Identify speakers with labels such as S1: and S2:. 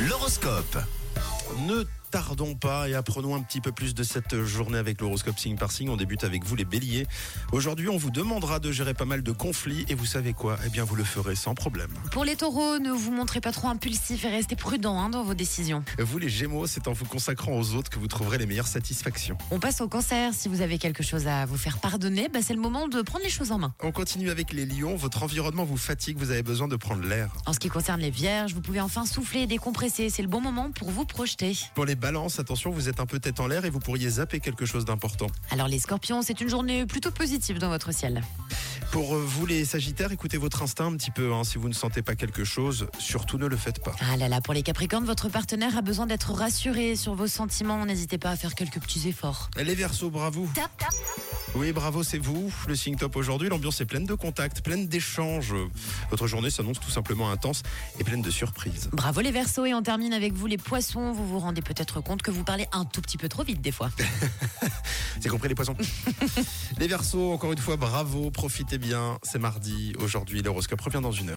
S1: L'horoscope. Ne tardons pas et apprenons un petit peu plus de cette journée avec l'horoscope signe par signe. On débute avec vous les béliers. Aujourd'hui, on vous demandera de gérer pas mal de conflits et vous savez quoi Eh bien, vous le ferez sans problème.
S2: Pour les taureaux, ne vous montrez pas trop impulsif et restez prudent hein, dans vos décisions.
S1: Vous les gémeaux, c'est en vous consacrant aux autres que vous trouverez les meilleures satisfactions.
S2: On passe au cancer. Si vous avez quelque chose à vous faire pardonner, bah, c'est le moment de prendre les choses en main.
S1: On continue avec les lions. Votre environnement vous fatigue, vous avez besoin de prendre l'air.
S2: En ce qui concerne les vierges, vous pouvez enfin souffler et décompresser. C'est le bon moment pour vous projeter.
S1: Pour les balances, attention, vous êtes un peu tête en l'air et vous pourriez zapper quelque chose d'important.
S2: Alors les scorpions, c'est une journée plutôt positive dans votre ciel.
S1: Pour euh, vous les sagittaires, écoutez votre instinct un petit peu. hein. Si vous ne sentez pas quelque chose, surtout ne le faites pas.
S2: Ah là là, pour les capricornes, votre partenaire a besoin d'être rassuré sur vos sentiments. N'hésitez pas à faire quelques petits efforts.
S1: Les versos, bravo.
S2: Tap, tap.
S1: Oui, bravo, c'est vous. Le signe top aujourd'hui, l'ambiance est pleine de contacts, pleine d'échanges. Votre journée s'annonce tout simplement intense et pleine de surprises.
S2: Bravo les versos et on termine avec vous les poissons. Vous vous rendez peut-être compte que vous parlez un tout petit peu trop vite des fois.
S1: C'est compris les poissons Les versos, encore une fois, bravo, profitez bien. C'est mardi, aujourd'hui, l'horoscope revient dans une heure.